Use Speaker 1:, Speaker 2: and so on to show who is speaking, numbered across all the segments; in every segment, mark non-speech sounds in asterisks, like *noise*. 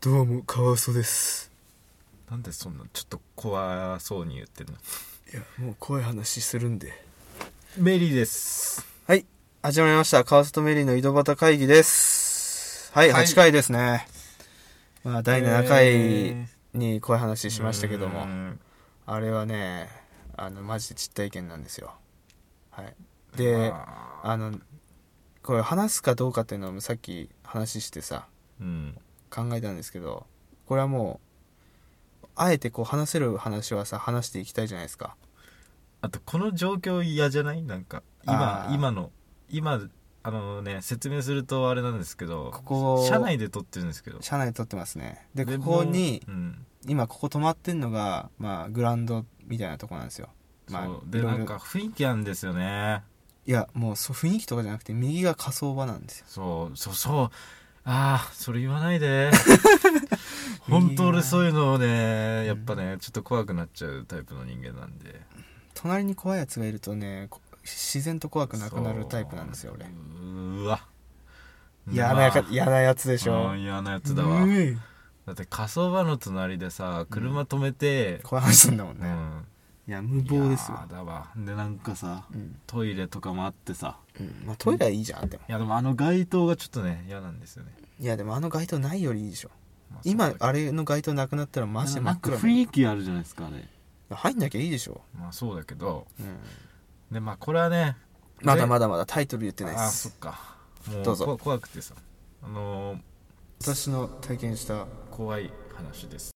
Speaker 1: どうもカワウソです
Speaker 2: なんでそんなちょっと怖そうに言ってるの
Speaker 1: いやもう怖い話するんで
Speaker 2: メリーです
Speaker 1: はい始まりましたカワウソとメリーの井戸端会議ですはい、
Speaker 2: はい
Speaker 1: 8回ですねまあ第7回
Speaker 2: え
Speaker 1: に怖い話しましたけども、
Speaker 2: うん
Speaker 1: あれはねあのマジで実体験なんですよはいで
Speaker 2: まあ
Speaker 1: あのこれ話すかどうかっていうのもさっき話してさ
Speaker 2: うん
Speaker 1: 考えたんですけどこれはもうあえてこう話せる話はさ話していきたいじゃないですか
Speaker 2: あとこの状況嫌じゃないなんか今
Speaker 1: あー
Speaker 2: 今の今あのね説明するとあれなんですけど
Speaker 1: ここ
Speaker 2: 車内で撮ってるんですけど
Speaker 1: 車内撮ってますねで
Speaker 2: で
Speaker 1: ここに
Speaker 2: もううん
Speaker 1: 今ここ止まってんのが、まあ、グラウンドみたいなとこなんですよまあ
Speaker 2: そうで
Speaker 1: いろい
Speaker 2: な
Speaker 1: ろ
Speaker 2: んか雰囲気あるんですよね
Speaker 1: いやもうそう雰囲気とかじゃなくて右が仮想場なんですよ
Speaker 2: そうそうそうああそれ言わない *laughs* で本当俺そういうのをねやっぱねちょっと怖くなっちゃうタイプの人間なんで
Speaker 1: 隣に怖いやつがいるとねこ自然と怖くなくなるタイプなんですよ俺
Speaker 2: そううーわ
Speaker 1: 嫌なやか
Speaker 2: うわ
Speaker 1: 嫌なやつでしょ
Speaker 2: うん嫌なやつだわ
Speaker 1: うえい
Speaker 2: だって火葬場の隣でさ車止めて、
Speaker 1: 怖い話すんだもん
Speaker 2: う
Speaker 1: ね、
Speaker 2: ん
Speaker 1: いや無謀です
Speaker 2: いや
Speaker 1: よ
Speaker 2: ーだわでなんかさ
Speaker 1: うん、
Speaker 2: トイレとかもあってさ
Speaker 1: うん、まあトイレはいいじゃんでも
Speaker 2: いやでもあの街灯がちょっとね嫌なんですよね、
Speaker 1: いやでもあの街灯ないよりいいでしょ
Speaker 2: まあ
Speaker 1: 今
Speaker 2: そうだ
Speaker 1: あれの街灯なくなったらマジで真っ暗
Speaker 3: なんか雰囲気あるじゃないですかあれ
Speaker 1: 入んなきゃいいでしょ、
Speaker 2: けまあそうだけど
Speaker 1: うん、
Speaker 2: でまあこれはね
Speaker 1: まだまだまだタイトル言ってないで
Speaker 2: あ
Speaker 1: す
Speaker 2: そっかもう
Speaker 1: どうぞ
Speaker 2: こ怖くてさあのー
Speaker 1: 私の体験した
Speaker 2: 怖い話です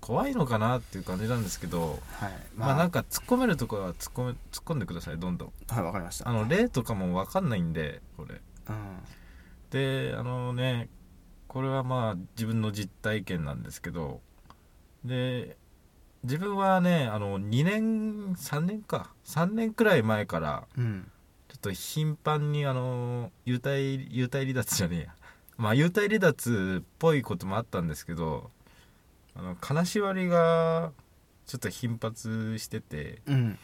Speaker 2: 怖いのかなっていう感じなんですけど
Speaker 1: はい
Speaker 2: まあなんか突っ込めるところは突っ込め突っ込んでくださいどんどん
Speaker 1: はいわかりました
Speaker 2: あの例とかも分かんないんでこれ
Speaker 1: うん
Speaker 2: であのねこれはまあ自分の実体験なんですけどで自分はねあの2年3年か3年くらい前から
Speaker 1: うん
Speaker 2: ちょっと頻繁にあの幽体幽体離脱じゃねえやまあ幽体離脱っぽいこともあったんですけどあの金縛りがちょっと頻発してて
Speaker 1: うん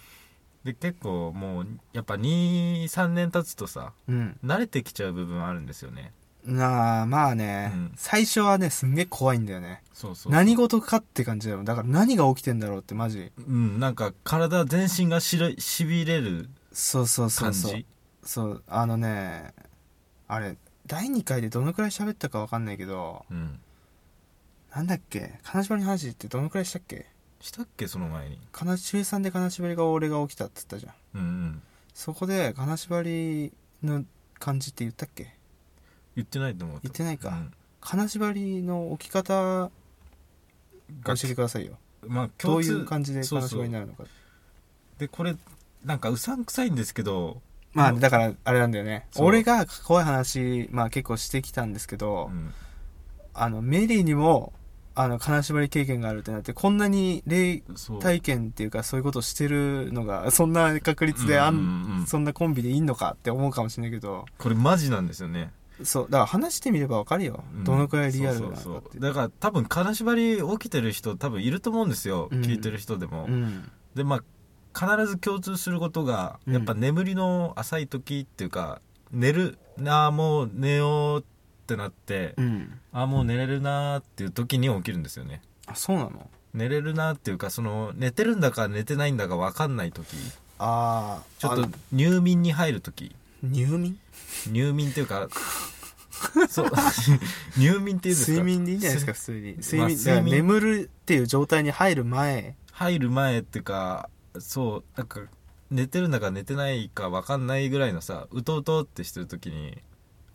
Speaker 2: で結構もうやっぱ23年経つとさ
Speaker 1: うん
Speaker 2: 慣れてきちゃう部分あるんですよね
Speaker 1: なあまあね、
Speaker 2: うん
Speaker 1: 最初はねすんげえ怖いんだよね
Speaker 2: そうそう
Speaker 1: 何事かって感じだよだから何が起きてんだろうってマジ
Speaker 2: うんなんか体全身がしれしびれる
Speaker 1: そうそうそ
Speaker 2: 感
Speaker 1: う
Speaker 2: じ
Speaker 1: そうそうあのねあれ第2回でどのくらい喋ったかわかんないけど
Speaker 2: うん
Speaker 1: なんだっけ金縛りの話ってどのくらいしたっけ
Speaker 2: したっけその前に
Speaker 1: 金中3で金縛りが俺が起きたって言ったじゃん
Speaker 2: うんうん
Speaker 1: そこで金縛りの感じって言ったっけ
Speaker 2: 言ってないと思う
Speaker 1: 言ってないか
Speaker 2: うん
Speaker 1: 金縛りの置き方教えてくださいよ
Speaker 2: まあ
Speaker 1: ど
Speaker 2: 共
Speaker 1: う
Speaker 2: 通
Speaker 1: いう感じで
Speaker 2: そう
Speaker 1: 金
Speaker 2: そう
Speaker 1: 縛りになるのか
Speaker 2: でこれなんかうさんくさいんですけど、
Speaker 1: まあ
Speaker 2: うん
Speaker 1: だからあれなんだよね
Speaker 2: そう
Speaker 1: 俺が怖い話、まあ、結構してきたんですけど、
Speaker 2: うん
Speaker 1: あのメリーにもあの金縛り経験があるってなってこんなに霊
Speaker 2: そう
Speaker 1: 体験っていうかそういうことしてるのが *laughs* そんな確率で
Speaker 2: うん
Speaker 1: あん、
Speaker 2: うんうん
Speaker 1: そんなコンビでいいのかって思うかもしれないけど
Speaker 2: これマジなんですよね、
Speaker 1: そうだから話してみればわかるよ、
Speaker 2: うん
Speaker 1: どのくらいリアルなのかって
Speaker 2: そうそうそうだから多分金縛り起きてる人多分いると思うんですよ、
Speaker 1: うん
Speaker 2: 聞いてる人でも、
Speaker 1: うん
Speaker 2: でまあ必ず共通することが
Speaker 1: うん
Speaker 2: やっぱ眠りの浅い時っていうか寝るなあもう寝ようってなって、
Speaker 1: うん
Speaker 2: ああもう寝れるなあっていう時に起きるんですよね
Speaker 1: あそうなの
Speaker 2: 寝れるなあっていうかその寝てるんだか寝てないんだか分かんない時
Speaker 1: ああ
Speaker 2: ちょっと入眠に入る時
Speaker 1: 入眠
Speaker 2: 入眠っていう
Speaker 1: *laughs*
Speaker 2: かそう入眠っていうんですか
Speaker 1: 睡眠でいいんじゃないですか普通に睡眠,、
Speaker 2: まあ睡眠
Speaker 1: 眠眠るっていう状態に入る前
Speaker 2: 入る前っていうかそうなんか寝てるんだか寝てないか分かんないぐらいのさうとうとってしてる時に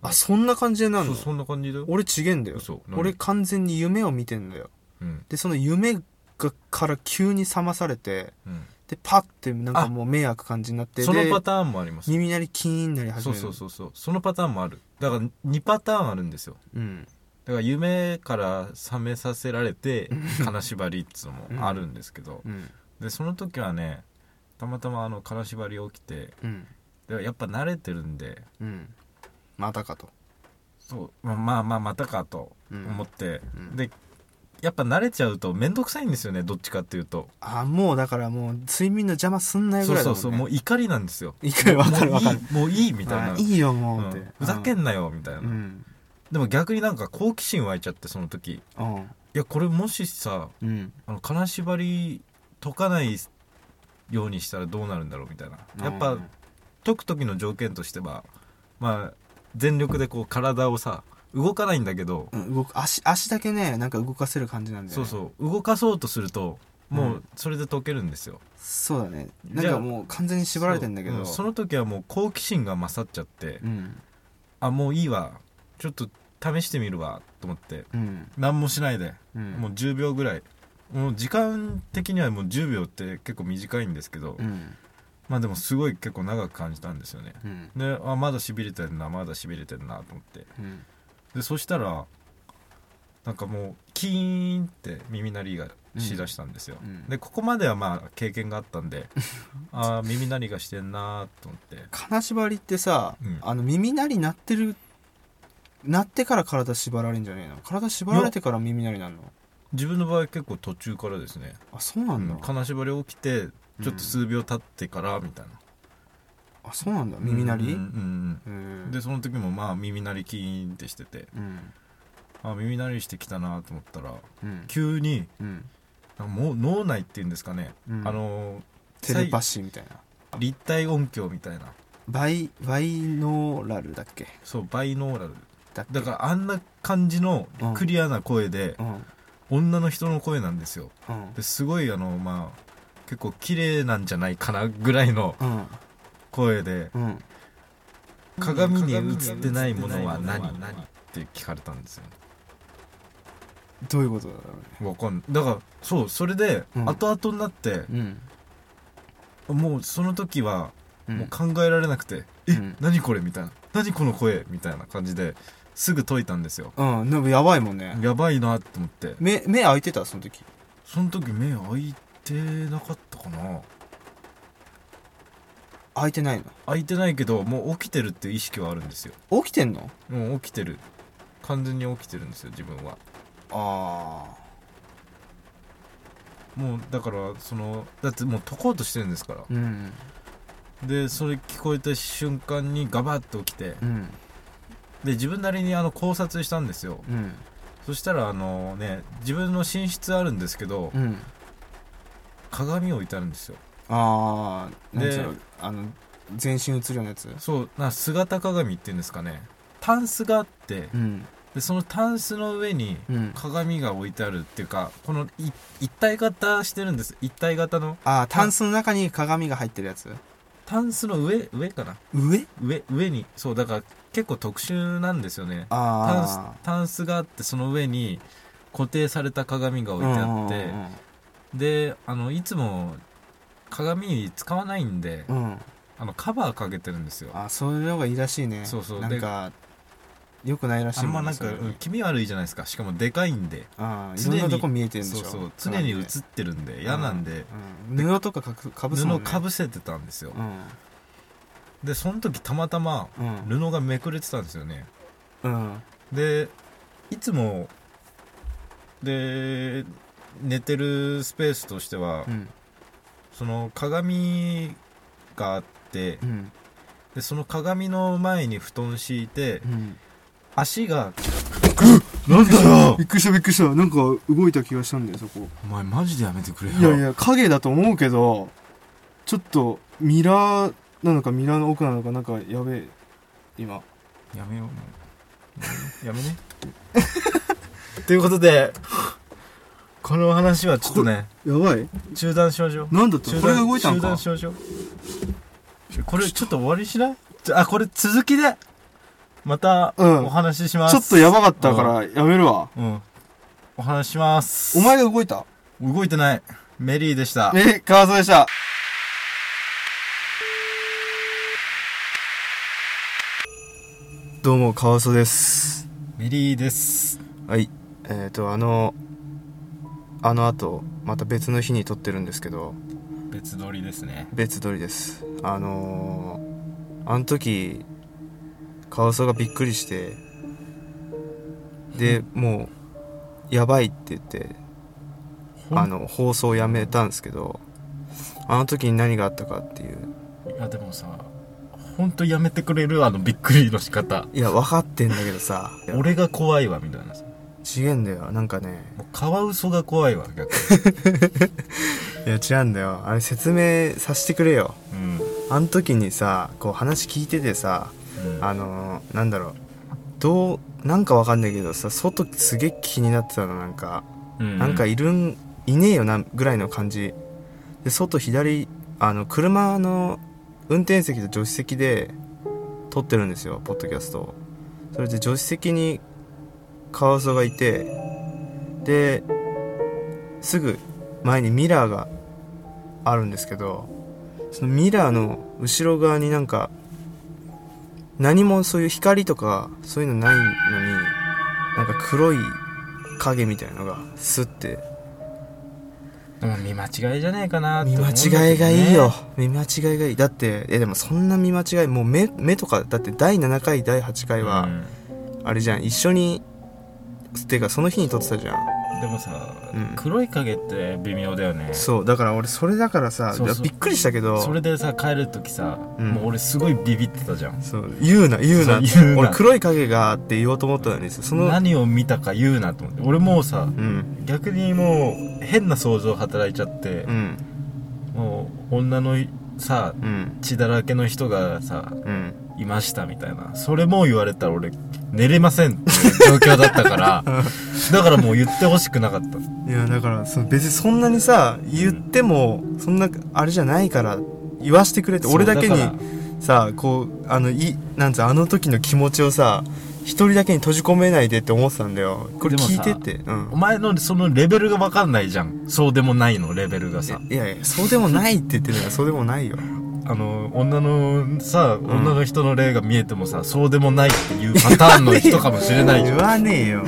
Speaker 1: あそんな感じでなる
Speaker 2: そ
Speaker 1: の
Speaker 2: うそんな感じだよ、
Speaker 1: 俺違えんだよ
Speaker 2: 嘘何
Speaker 1: 俺完全に夢を見てんだよ
Speaker 2: うん
Speaker 1: でその夢がから急に覚まされて
Speaker 2: うん、
Speaker 1: でパッてなんかもう迷惑感じになって
Speaker 2: その
Speaker 1: で
Speaker 2: パターンもあります
Speaker 1: 耳鳴りキーンなり始
Speaker 2: そう
Speaker 1: める
Speaker 2: そうそうそうそのパターンもあるだから2パターンあるんですよ
Speaker 1: うん
Speaker 2: だから夢から覚めさせられ
Speaker 1: *laughs*
Speaker 2: て金縛りっつうのもあるんですけど、
Speaker 1: うん
Speaker 2: でその時はねたまたまあの金縛り起きて
Speaker 1: うん
Speaker 2: でやっぱ慣れてるんで
Speaker 1: うんまたかと
Speaker 2: そうまあまあまあまたかと思って、
Speaker 1: うん
Speaker 2: でやっぱ慣れちゃうと面倒くさいんですよねどっちかっていうと、
Speaker 1: あもうだからもう睡眠の邪魔すんないぐ
Speaker 2: そう
Speaker 1: らいだ
Speaker 2: そ
Speaker 1: もん、ね、
Speaker 2: うそうもう怒りなんですよ
Speaker 1: *laughs* 一回わかるわかる
Speaker 2: もういいもういいみたいな
Speaker 1: あいいよもう
Speaker 2: う
Speaker 1: って、
Speaker 2: んふざけんなよみたいな、
Speaker 1: うん
Speaker 2: でも逆になんか好奇心湧いちゃってその時い
Speaker 1: うん
Speaker 2: やこれもしさ
Speaker 1: うん
Speaker 2: あの金縛り解かないようにしたらどうなるんだろうみたいなやっぱ解く時の条件としてはまあ全力でこう体をさ動かないんだけど、
Speaker 1: うん動く足足だけねなんか動かせる感じなんだよ
Speaker 2: そう
Speaker 1: ね
Speaker 2: そう動かそうとするともうそれで解けるんですよ、
Speaker 1: そうだねなん
Speaker 2: じゃあ
Speaker 1: かもう完全に縛られてんだけ
Speaker 2: そう
Speaker 1: ど
Speaker 2: うその時はもう好奇心が勝っちゃって、
Speaker 1: うん
Speaker 2: あもういいわちょっと試してみるわと思って
Speaker 1: うん
Speaker 2: 何もしないで、
Speaker 1: うん
Speaker 2: もう10秒ぐらいもう時間的にはもう10秒って結構短いんですけど、
Speaker 1: うん
Speaker 2: まあでもすごい結構長く感じたんですよね
Speaker 1: うん
Speaker 2: であまだ痺れてるなまだ痺れてるなと思って
Speaker 1: うん
Speaker 2: でそしたらなんかもうキーンって耳鳴りがしだしたんですよ、
Speaker 1: うん
Speaker 2: でここまではまあ経験があったんで
Speaker 1: *laughs*
Speaker 2: あー耳鳴りがしてんなーと思って
Speaker 1: 金縛りってさ、
Speaker 2: うん
Speaker 1: あの耳鳴り鳴ってる鳴ってから体縛られんじゃねえの体縛られてから耳鳴りなんの
Speaker 2: 自分の場合結構途中からですね、
Speaker 1: あそうなんだ、
Speaker 2: うん金縛り起きてちょっと数秒経ってからみたいな、
Speaker 1: あそうなんだ耳鳴り
Speaker 2: うんうん
Speaker 1: う
Speaker 2: うん
Speaker 1: ん
Speaker 2: でその時もまあ耳鳴りキーンってしてて
Speaker 1: うん
Speaker 2: あ耳鳴りしてきたなと思ったら
Speaker 1: うん
Speaker 2: 急に
Speaker 1: うん
Speaker 2: なんかもう脳内っていうんですかね、
Speaker 1: うん
Speaker 2: あのー
Speaker 1: テレパシーみたいな
Speaker 2: 立体音響みたいな
Speaker 1: バイバイノーラルだっけ
Speaker 2: そうバイノーラル
Speaker 1: だっけ
Speaker 2: だからあんな感じの
Speaker 1: うん
Speaker 2: クリアな声で、
Speaker 1: うん
Speaker 2: 女の人の声なんですよ
Speaker 1: うん
Speaker 2: ですごいあのまあ結構綺麗なんじゃないかなぐらいの
Speaker 1: うん
Speaker 2: 声で
Speaker 1: うん
Speaker 2: 「鏡に映ってないものは何?」って聞かれたんですよ
Speaker 1: どういうことだろうね
Speaker 2: わかんだからそうそれで
Speaker 1: うん
Speaker 2: 後々になって、
Speaker 1: うん
Speaker 2: もうその時は
Speaker 1: うん
Speaker 2: もう考えられなくて「
Speaker 1: うん
Speaker 2: え何これ?」みたいな「何この声?」みたいな感じですぐ解いたんですよ
Speaker 1: うん、でもやばいもんね
Speaker 2: やばいなって思って
Speaker 1: 目目開いてたその時
Speaker 2: その時目開いてなかったかな
Speaker 1: 開いてない
Speaker 2: 開いてないけどもう起きてるっていう意識はあるんですよ
Speaker 1: の起きてんの
Speaker 2: もう起きてる完全に起きてるんですよ自分は
Speaker 1: あ
Speaker 2: もうだからそのだってもう解こうとしてるんですから
Speaker 1: あうん
Speaker 2: でそれ聞こえた瞬間にガバッと起きて
Speaker 1: うん
Speaker 2: で自分なりにあの考察したんですよ
Speaker 1: うん
Speaker 2: そしたらあのね自分の寝室あるんですけど
Speaker 1: うん
Speaker 2: 鏡置いてあるんですよ
Speaker 1: ああ
Speaker 2: で
Speaker 1: なんちゃうのあの全身映るようなやつ
Speaker 2: そうな姿鏡っていうんですかねタンスがあって
Speaker 1: うん
Speaker 2: でそのタンスの上に
Speaker 1: うん
Speaker 2: 鏡が置いてあるっていうかこのい一体型してるんです一体型の
Speaker 1: ああタンスの中に鏡が入ってるやつ
Speaker 2: タンスの上上かな
Speaker 1: 上
Speaker 2: 上上にそうだから結構特殊なんですよねタンス
Speaker 1: ああ
Speaker 2: タンスがあってその上に固定された鏡が置いてあって、であのいつも鏡使わないんで、
Speaker 1: うんうんうん、うん
Speaker 2: あのカバーかけてるんですよあ
Speaker 1: あそういうのがいいらしいね
Speaker 2: そうそう
Speaker 1: な
Speaker 2: で
Speaker 1: んかよくないらしい
Speaker 2: んま
Speaker 1: ね
Speaker 2: なんか、
Speaker 1: それ
Speaker 2: うん気味悪いじゃないですかしかもでかいんで
Speaker 1: ああい
Speaker 2: 常
Speaker 1: ろ
Speaker 2: に
Speaker 1: んなとこ見えてるんで
Speaker 2: そう
Speaker 1: しょ
Speaker 2: そう常に映っ
Speaker 1: 鏡で
Speaker 2: てるんで嫌なんで、
Speaker 1: うん布とかかくかぶすもん、
Speaker 2: 布
Speaker 1: ね、
Speaker 2: かぶせてたんですよ、
Speaker 1: うん
Speaker 2: でその時たまたま
Speaker 1: うん
Speaker 2: 布がめくれてたんですよね
Speaker 1: うん
Speaker 2: でいつもで寝てるスペースとしては、
Speaker 1: うん
Speaker 2: その鏡があって
Speaker 1: うん
Speaker 2: でその鏡の前に布団敷いて
Speaker 1: うん
Speaker 2: 足がなんだよ
Speaker 1: びっくりしたびっくりしたなんか動いた気がしたんだよそこ
Speaker 2: お前マジでやめてくれよ
Speaker 1: いやいや影だと思うけどちょっとミラーなのかミラーの奥なのかなんかやべえ今
Speaker 2: やめようもうやめね *laughs* ということでこの話はちょっとね
Speaker 1: やばい
Speaker 2: 中断しましょう
Speaker 1: なんだっ
Speaker 2: 中
Speaker 1: た
Speaker 2: 断
Speaker 1: これが動いたん
Speaker 2: 中
Speaker 1: か
Speaker 2: 断しましょうこれちょっと終わりにしないちょあこれ続きでまた
Speaker 1: うん
Speaker 2: お話しします、
Speaker 1: ちょっとやばかったからやめるわ
Speaker 2: うんお話しします
Speaker 1: お前が動いた
Speaker 2: 動いてないメリーでした
Speaker 1: え川添でしたどうも川添です
Speaker 2: メリーです
Speaker 1: はいえっ、とあのあのあとまた別の日に撮ってるんですけど
Speaker 2: 別撮りですね
Speaker 1: 別撮りですあのー、あの時カワウソがびっくりしてでもうやばいって言って
Speaker 2: ほん
Speaker 1: あの放送をやめたんですけどあの時に何があったかっていう
Speaker 2: いやでもさ本当やめてくれるあのびっくりの仕方
Speaker 1: いや分かってんだけどさ
Speaker 2: 俺が怖いわみたいなさ
Speaker 1: 違えんだよなんかね
Speaker 2: もうカワウソが怖いわ逆に、
Speaker 1: いや違うんだよあれ説明させてくれよ
Speaker 2: うん
Speaker 1: あの時にさこう話聞いててさ
Speaker 2: うん
Speaker 1: あのー、なんだろうどうなんかわかんないけどさ外すげえ気になってたのなんか、
Speaker 2: うん
Speaker 1: なんかいるんいねえよなぐらいの感じで外左あの車の運転席と助手席で撮ってるんですよポッドキャストをそれで助手席にカワウソがいてですぐ前にミラーがあるんですけどそのミラーの後ろ側になんか何もそういう光とかそういうのないのになんか黒い影みたいのがスッて
Speaker 2: でも見間違いじゃねえかなって
Speaker 1: 見
Speaker 2: 思う
Speaker 1: 間
Speaker 2: んだけどね
Speaker 1: 違いがいいよ、見間違いがいいだってえでもそんな見間違いもう目目とかだって第7回第8回
Speaker 2: う
Speaker 1: は
Speaker 2: ん
Speaker 1: あれじゃん、一緒にてかその日に撮ってたじゃん
Speaker 2: でもさ、
Speaker 1: うん
Speaker 2: 黒い影って微妙だよね
Speaker 1: そうだから俺それだからさ
Speaker 2: そうそう
Speaker 1: びっくりしたけど
Speaker 2: それでさ帰る時さ、
Speaker 1: うん
Speaker 2: もう俺すごいビビってたじゃん
Speaker 1: そう言うな言うな
Speaker 2: そう言うな
Speaker 1: 俺黒い影がって言おうと思ったのにその
Speaker 2: 何を見たか言うなと思って俺もうさ
Speaker 1: うん
Speaker 2: 逆にもう変な想像働いちゃって
Speaker 1: う、ん
Speaker 2: もう女のさ
Speaker 1: うん
Speaker 2: 血だらけの人がさ
Speaker 1: うん
Speaker 2: いましたみたいなそれも言われたら俺寝れませんっていう状況だったから
Speaker 1: *laughs*
Speaker 2: だからもう言ってほしくなかった
Speaker 1: いやだからその別にそんなにさ言ってもそんなあれじゃないから言わしてくれって俺だけに
Speaker 2: そうから
Speaker 1: さこうあのいなんつうあの時の気持ちをさ一人だけに閉じ込めないでって思ってたんだよこれ
Speaker 2: でもさ
Speaker 1: 聞いてってうん
Speaker 2: お前のそのレベルが分かんないじゃんそうでもないのレベルがさ
Speaker 1: いやいやそうでもないって言ってるのはそうでもないよ
Speaker 2: あの女のさ女の人の霊が見えてもさ、そうでもないっていうパターンの人かもしれないじ
Speaker 1: 言
Speaker 2: ゃん
Speaker 1: わねえよ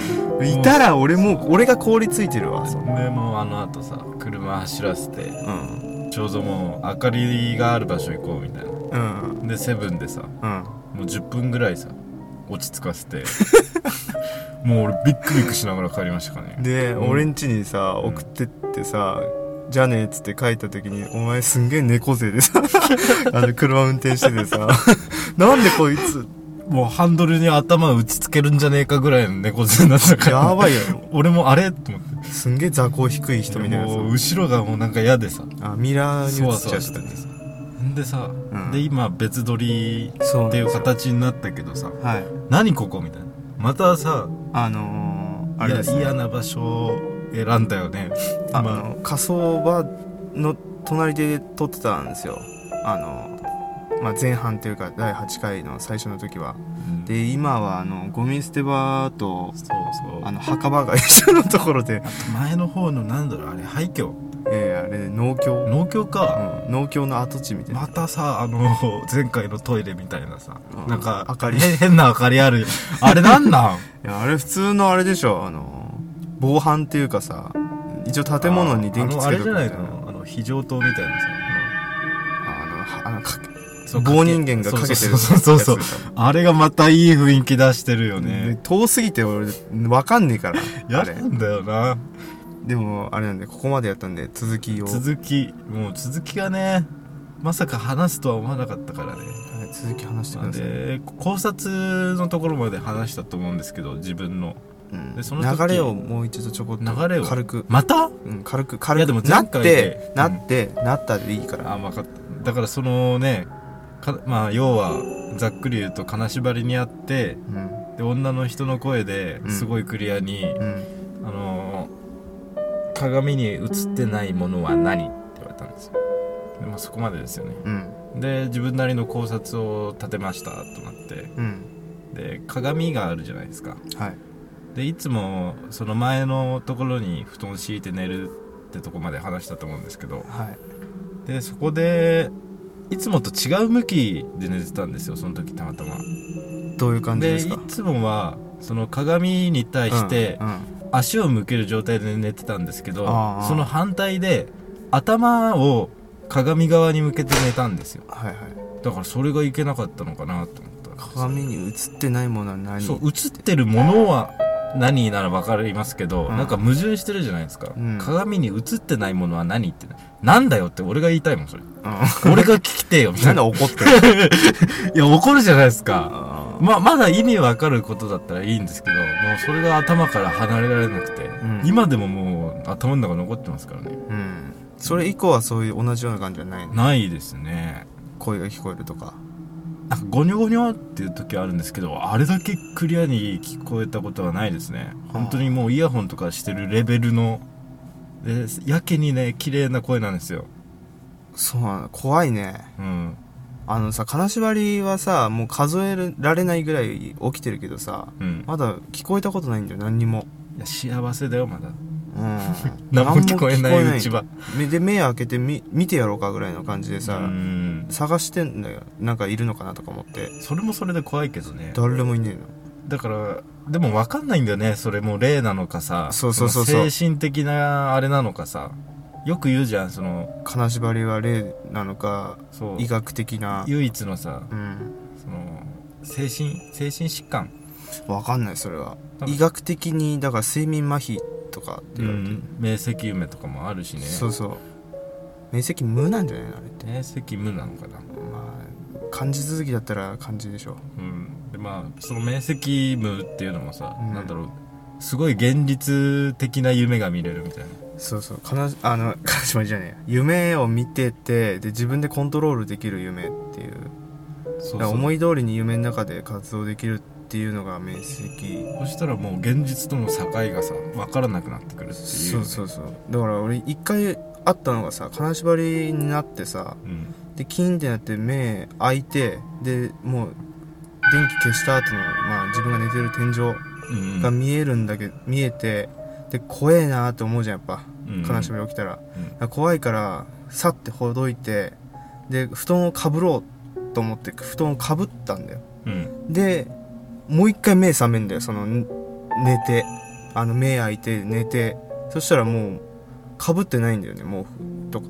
Speaker 1: いたら俺もう俺が凍りついてるわそんな
Speaker 2: でもうあのあとさ車走らせて
Speaker 1: うん
Speaker 2: ちょうどもう明かりがある場所行こうみたいな
Speaker 1: うん
Speaker 2: でセブンでさも
Speaker 1: うん
Speaker 2: う10分ぐらいさ落ち着かせて *laughs* もう俺ビックビックしながら帰りましたからね
Speaker 1: で、
Speaker 2: うん
Speaker 1: 俺ん家にさ
Speaker 2: うん
Speaker 1: 送ってってさ「じゃあね」っつって書いた時にお前すんげえ猫背で
Speaker 2: *laughs*
Speaker 1: さあの車運転しててさ *laughs* なんでこいつ
Speaker 2: もうハンドルに頭打ちつけるんじゃねえかぐらいの猫背になったから
Speaker 1: やばいよ
Speaker 2: 俺もあれと思って
Speaker 1: すんげえ座高低い人みたいなさ
Speaker 2: もう後ろがもうなんか嫌でさ
Speaker 1: あミラー
Speaker 2: そ
Speaker 1: に映
Speaker 2: わ
Speaker 1: っ
Speaker 2: そ
Speaker 1: ちゃ
Speaker 2: わ
Speaker 1: っ
Speaker 2: して
Speaker 1: た
Speaker 2: てさんでさ、
Speaker 1: うん
Speaker 2: で今別撮り
Speaker 1: そう
Speaker 2: っていう形になったけどさ
Speaker 1: はい
Speaker 2: 何ここみたいなまたさ
Speaker 1: あのー、あ
Speaker 2: い
Speaker 1: れ
Speaker 2: や
Speaker 1: ですね
Speaker 2: 嫌な場所を選んだよね
Speaker 1: あ
Speaker 2: まあ
Speaker 1: の火葬場の隣で撮ってたんですよあのーまあ、前半というか第8回の最初の時は
Speaker 2: で
Speaker 1: で今はあのゴミ捨て場と
Speaker 2: そうそう
Speaker 1: あ
Speaker 2: あ
Speaker 1: の墓場が一緒のところで、 *laughs*
Speaker 2: と前の方のなんだろうあれ廃墟
Speaker 1: えーあれ農協、
Speaker 2: 農協か、
Speaker 1: うん農協の跡地みたいな、
Speaker 2: またさあの *laughs* 前回のトイレみたいなさ、
Speaker 1: うん
Speaker 2: なんか
Speaker 1: 明かり
Speaker 2: へ変な明かりあるあれなんな
Speaker 1: い
Speaker 2: ん
Speaker 1: やあれ普通のあれでしょあの防犯っていうかさ一応 *laughs* 建物に電気つけ
Speaker 2: あの
Speaker 1: と
Speaker 2: あれ
Speaker 1: く
Speaker 2: じゃ
Speaker 1: みた
Speaker 2: ないい
Speaker 1: な
Speaker 2: のあの非常灯みたいなさ
Speaker 1: あのはあのかけ
Speaker 2: そう
Speaker 1: 棒人間がかけてる
Speaker 2: そうそうそうそう
Speaker 1: やつ
Speaker 2: あれがまたいい雰囲気出してるよ
Speaker 1: で
Speaker 2: ね
Speaker 1: 遠すぎて俺わかんねえから
Speaker 2: や
Speaker 1: あ
Speaker 2: る
Speaker 1: れ
Speaker 2: んだよな
Speaker 1: でもあれなんでここまでやったんで続きをはい
Speaker 2: 続きもう続きがねまさか話すとは思わなかったからね
Speaker 1: 続き話してください、
Speaker 2: で考察のところまで話したと思うんですけど自分の
Speaker 1: うん
Speaker 2: でその時
Speaker 1: 流れをもう一度ちょこっと
Speaker 2: 流れを
Speaker 1: 軽く、
Speaker 2: また
Speaker 1: うん、軽く
Speaker 2: い
Speaker 1: 軽
Speaker 2: や
Speaker 1: く
Speaker 2: でも
Speaker 1: な
Speaker 2: 前
Speaker 1: っ
Speaker 2: 回
Speaker 1: て
Speaker 2: で
Speaker 1: なって、なったでいいから
Speaker 2: あ分かっただからそのねかまあ要はざっくり言うと金縛りにあって
Speaker 1: うん
Speaker 2: で女の人の声で
Speaker 1: うん
Speaker 2: すごいクリアに、
Speaker 1: うん
Speaker 2: あのー鏡に映ってないものは何って言われたんですよで、まあ、そこまでですよね
Speaker 1: うん
Speaker 2: で自分なりの考察を立てましたとなって
Speaker 1: うん
Speaker 2: で鏡があるじゃないですか
Speaker 1: はい
Speaker 2: でいつもその前のところに布団敷いて寝るってとこまで話したと思うんですけど
Speaker 1: はい
Speaker 2: でそこでいつもと違う向きで寝てたんですよその時たまたま
Speaker 1: どういう感じ
Speaker 2: で
Speaker 1: で
Speaker 2: い
Speaker 1: すか
Speaker 2: つもはその鏡に対して
Speaker 1: うんうん
Speaker 2: 足を向ける状態で寝てたんですけど、
Speaker 1: ああ
Speaker 2: その反対で頭を鏡側に向けて寝たんですよ
Speaker 1: はいはい
Speaker 2: だからそれがいけなかったのかなと思ったんですよ
Speaker 1: 鏡に映ってないものは何
Speaker 2: そう映ってるものは何なら分かりますけど、
Speaker 1: うん
Speaker 2: なんか矛盾してるじゃないですか、
Speaker 1: うん
Speaker 2: 鏡に映ってないものは何ってなんだよって俺が言いたいもんそれ
Speaker 1: う
Speaker 2: 俺が聞きてえよみ
Speaker 1: ん、な
Speaker 2: たい
Speaker 1: ん
Speaker 2: *laughs* な
Speaker 1: で怒ってる
Speaker 2: いや怒るじゃないですか
Speaker 1: あ
Speaker 2: ままだ意味わかることだったらいいんですけどもうそれが頭から離れられなくて、
Speaker 1: ん
Speaker 2: 今でももう頭の中残ってますからね
Speaker 1: ー *laughs* うんそれ以降はそういう同じような感じはないの
Speaker 2: ないですね
Speaker 1: 声が聞こえるとか
Speaker 2: なんかゴニョゴニョっていう時あるんですけどあれだけクリアに聞こえたことはないですね本当にもうイヤホンとかしてるレベルのでやけにね綺麗な声なんですよ
Speaker 1: そうなの怖いね
Speaker 2: うん
Speaker 1: あのさ金縛りはさもう数えられないぐらい起きてるけどさ
Speaker 2: うん
Speaker 1: まだ聞こえたことないんだよ何にも
Speaker 2: いや幸せだよまだ
Speaker 1: うん
Speaker 2: *laughs* 何も聞こえないうちは
Speaker 1: 目で目開けてみ見てやろうかぐらいの感じでさ、
Speaker 2: うん
Speaker 1: 探してんだよなんかいるのかなとか思って
Speaker 2: それもそれで怖いけどね
Speaker 1: 誰もいねえの
Speaker 2: だからでも分かんないんだよねそれも霊なのかさ
Speaker 1: そうそうそうそう
Speaker 2: の精神的なあれなのかさよく言うじゃんその
Speaker 1: 金縛りは霊なのか
Speaker 2: そう
Speaker 1: 医学的な
Speaker 2: 唯一のさ
Speaker 1: うん
Speaker 2: その精神精神疾患
Speaker 1: わかんないそれは
Speaker 2: 多分
Speaker 1: 医学的にだから睡眠麻痺とかって言われてる、
Speaker 2: 明晰夢とかもあるしね
Speaker 1: そうそう面積無なんじゃないのあれって
Speaker 2: 明晰夢なのかな
Speaker 1: まあ漢字続きだったら漢字でしょ
Speaker 2: うんでまあその明晰夢っていうのもさ、
Speaker 1: うん
Speaker 2: なんだろうすごい現実的な夢が見れるみたいな
Speaker 1: そうそうかなあの *laughs* 金縛りじゃねえや夢を見ててで自分でコントロールできる夢っていう
Speaker 2: そ
Speaker 1: だから
Speaker 2: うそう
Speaker 1: 思い通りに夢の中で活動できるっていうのが面積
Speaker 2: そしたらもう現実との境がさ分からなくなってくるっていう
Speaker 1: そうそうそうだから俺一回あったのがさ金縛りになってさ
Speaker 2: うん
Speaker 1: でキーンってなって目開いてでもう電気消した後のまあ自分が寝てる天井
Speaker 2: うん
Speaker 1: が見えるんだけど、見えてで怖えなーって思うじゃんやっぱ
Speaker 2: うん
Speaker 1: 金縛り起きたら,、
Speaker 2: うん
Speaker 1: 怖いからさってほどいてで布団をかぶろうと思って布団をかぶったんだよ
Speaker 2: うん
Speaker 1: でもう一回目覚めんだよそのん寝てあの目開いて寝てそしたらもうかぶってないんだよね毛布とか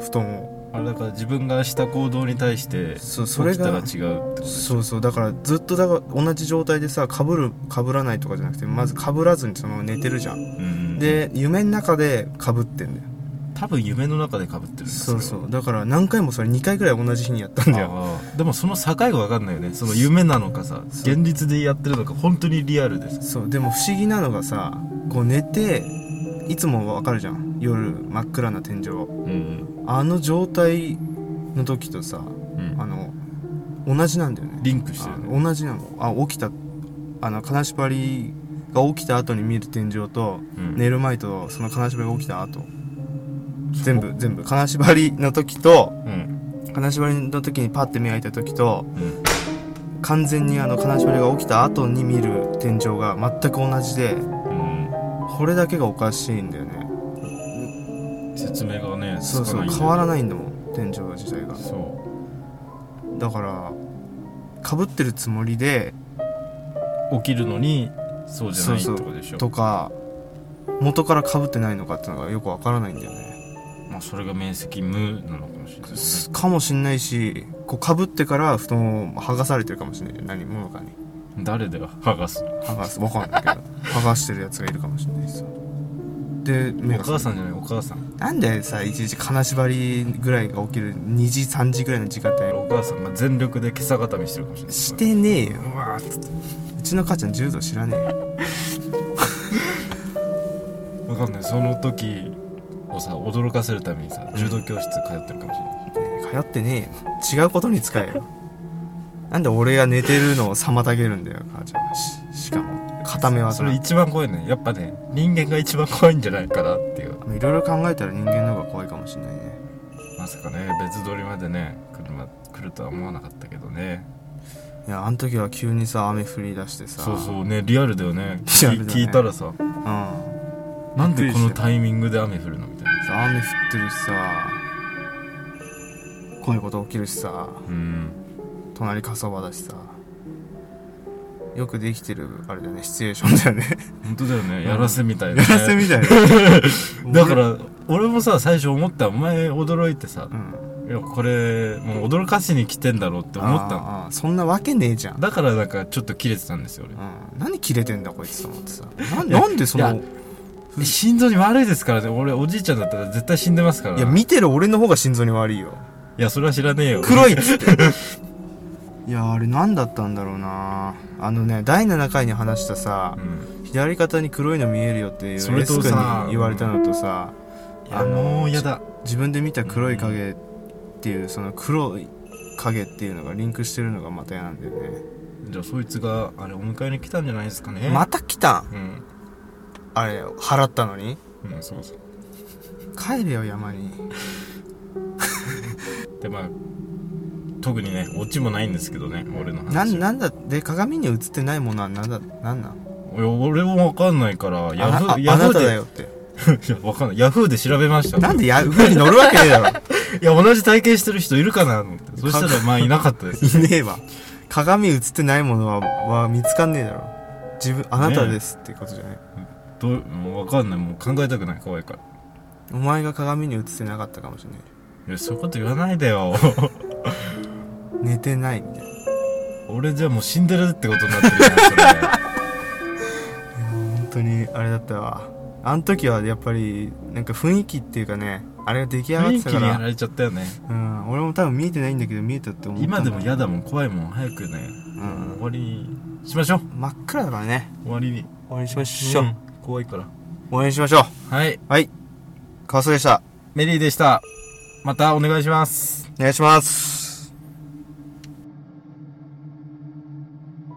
Speaker 1: 布団を
Speaker 2: あれだから自分がした行動に対して
Speaker 1: そうそ
Speaker 2: 起
Speaker 1: れ
Speaker 2: きたら
Speaker 1: が
Speaker 2: 違うってことです
Speaker 1: そうそうだからずっとだから同じ状態でさかぶるかぶらないとかじゃなくてまずかぶらずにそのまま寝てるじゃん
Speaker 2: うん
Speaker 1: で夢の中でかぶってんだよ
Speaker 2: 多分夢の中で被ってるんだ
Speaker 1: そう
Speaker 2: れ *laughs*
Speaker 1: そ
Speaker 2: は
Speaker 1: うだから何回もそれ2回ぐらい同じ日にやったんだよ
Speaker 2: ああでもその境が分かんないよねその夢なのかさ
Speaker 1: そう
Speaker 2: 現実でやってるのか本当にリアルです
Speaker 1: そうでも不思議なのがさこう寝ていつもわかるじゃん夜真っ暗な天井
Speaker 2: うん
Speaker 1: あの状態の時とさ
Speaker 2: うん
Speaker 1: あの同じなんだよね
Speaker 2: リンクしてるね
Speaker 1: あ同じなのあ起きたあの金縛りが起きた後に見る天井と
Speaker 2: うん
Speaker 1: 寝る前とその金縛りが起きた後全部全部金縛りの時と
Speaker 2: うん
Speaker 1: 金縛りの時にパッて目開いた時と
Speaker 2: うん
Speaker 1: 完全にあの金縛りが起きた後に見る天井が全く同じでこれだけがおかしいんだよね
Speaker 2: うん説明がね
Speaker 1: そうそう
Speaker 2: つ
Speaker 1: 変
Speaker 2: か
Speaker 1: わ
Speaker 2: ない
Speaker 1: ら
Speaker 2: んだよ
Speaker 1: ないんだもん天井自体が
Speaker 2: そ
Speaker 1: だからかぶってるつもりで
Speaker 2: う起きるのにそうじゃない
Speaker 1: そうそう
Speaker 2: とこでしょ
Speaker 1: とか元からかぶってないのかっていうのがよくわからないんだよね
Speaker 2: まあそれが面積無なのかもしれないですね
Speaker 1: かもしんないしこうかぶってから布団を剥がされてるかもしれないじゃん何者かに
Speaker 2: 誰では剥がす
Speaker 1: 剥がすわかんないけど剥がしてるやつがいるかもしれないですよで
Speaker 2: お
Speaker 1: 目が
Speaker 2: 母さんじゃないお母さん
Speaker 1: なんでさ一日金縛りぐらいが起きる2時3時ぐらいの時間帯
Speaker 2: お母さんが全力で今朝固めしてるかもしれない
Speaker 1: してねえよ
Speaker 2: うわーっつって
Speaker 1: うちの母ちゃん柔道知らねえよ
Speaker 2: わかんないその時をさ驚かせるためにさ柔道教室通ってるかもしれない
Speaker 1: ねえ通ってねえよ違うことに使えよなんで俺が寝てるのを妨げるんだよ母ちゃんはししかも片目は
Speaker 2: それ一番怖いねやっぱね人間が一番怖いんじゃないかなっていう
Speaker 1: いろいろ考えたら人間の方が怖いかもしれないね
Speaker 2: まさかね別撮りまでね車来るとは思わなかったけどね
Speaker 1: いやあの時は急にさ雨降り出してさ
Speaker 2: そうそうねリアルだよね
Speaker 1: リアルだね
Speaker 2: 聞い聞いたらさ
Speaker 1: うんさ
Speaker 2: なんでこのタイミングで雨降るのみたいなさ
Speaker 1: 雨降ってるしさこういうこと起きるしさ
Speaker 2: うん
Speaker 1: 隣火葬場だしさよくできてるあれだよねシチュエーションだよね
Speaker 2: 本当だよねやらせみたい
Speaker 1: や
Speaker 2: な、ね、
Speaker 1: らせみたいな
Speaker 2: *laughs* だから俺もさ最初思ったお前驚いてさ
Speaker 1: う、ん
Speaker 2: いやこれもう驚かしに来てんだろうって思ったの
Speaker 1: あーあーそんなわけねえじゃん、
Speaker 2: だからなんかちょっと切れてたんですよ俺
Speaker 1: うん、何切れてんだこいつと思ってさない
Speaker 2: や
Speaker 1: なんでその
Speaker 2: いやえ心臓に悪いですからね俺おじいちゃんだったら絶対死んでますから
Speaker 1: いや見てる俺の方が心臓に悪いよ
Speaker 2: いやそれは知らねえよ
Speaker 1: 黒いっ *laughs* つっていやあれ何だったんだろうなあのね第7回に話したさ
Speaker 2: うん
Speaker 1: 左肩に黒いの見えるよっていうエス
Speaker 2: そ
Speaker 1: 君
Speaker 2: れとさ
Speaker 1: に言われたのとさ
Speaker 2: いやもう嫌だ
Speaker 1: 自分で見た黒い影っていうその黒い影っていうのがリンクしてるのがまた嫌なんだよね
Speaker 2: じゃあそいつがあれお迎えに来たんじゃないですかね
Speaker 1: また来たん
Speaker 2: うん
Speaker 1: あれ払ったのに
Speaker 2: うんそうそう
Speaker 1: 帰れよ山に
Speaker 2: でまあ特にねオチもないんですけどね俺の話
Speaker 1: なんなんだで鏡に映ってないものは何だ何なん
Speaker 2: いや俺もわかんないからヤフ
Speaker 1: あなあ
Speaker 2: ーヤ
Speaker 1: あ
Speaker 2: フ
Speaker 1: な
Speaker 2: ー
Speaker 1: ただ
Speaker 2: で
Speaker 1: よって
Speaker 2: いやわかんないヤフーで調べました
Speaker 1: なんでヤフーに乗るわけねえだろ
Speaker 2: いや同じ体験してる人いるかなと思ってそしたらまあいなかったです
Speaker 1: いねえわ鏡映ってないものはは見つかんねえだろ自分あなたですってことじゃない、
Speaker 2: どうもうわかんないもう考えたくない怖いから
Speaker 1: お前が鏡に映ってなかったかもしれない
Speaker 2: いやそういうこと言わないでよ *laughs*
Speaker 1: 寝てないみたいな
Speaker 2: 俺じゃもう死んでるってことになってるよ
Speaker 1: 本当にあれだったわあの時はやっぱりなんか雰囲気っていうかねあれが出来上
Speaker 2: そ
Speaker 1: がっ
Speaker 2: れ
Speaker 1: て
Speaker 2: 雰囲気
Speaker 1: たか
Speaker 2: *laughs* にやら
Speaker 1: ら、
Speaker 2: れちゃったよね
Speaker 1: うん、俺も多分見えてないんだけど見えたって思ったんだ
Speaker 2: 今でも嫌だもん怖いもん早くね
Speaker 1: うん
Speaker 2: 終わりにしましょう
Speaker 1: 真っ暗だからね
Speaker 2: 終わりに
Speaker 1: 終わりにしましょう、
Speaker 2: ん怖いから
Speaker 1: 応援しましょう
Speaker 2: はい
Speaker 1: 川添でした
Speaker 2: メリーでしたまたお願いします
Speaker 1: お願いします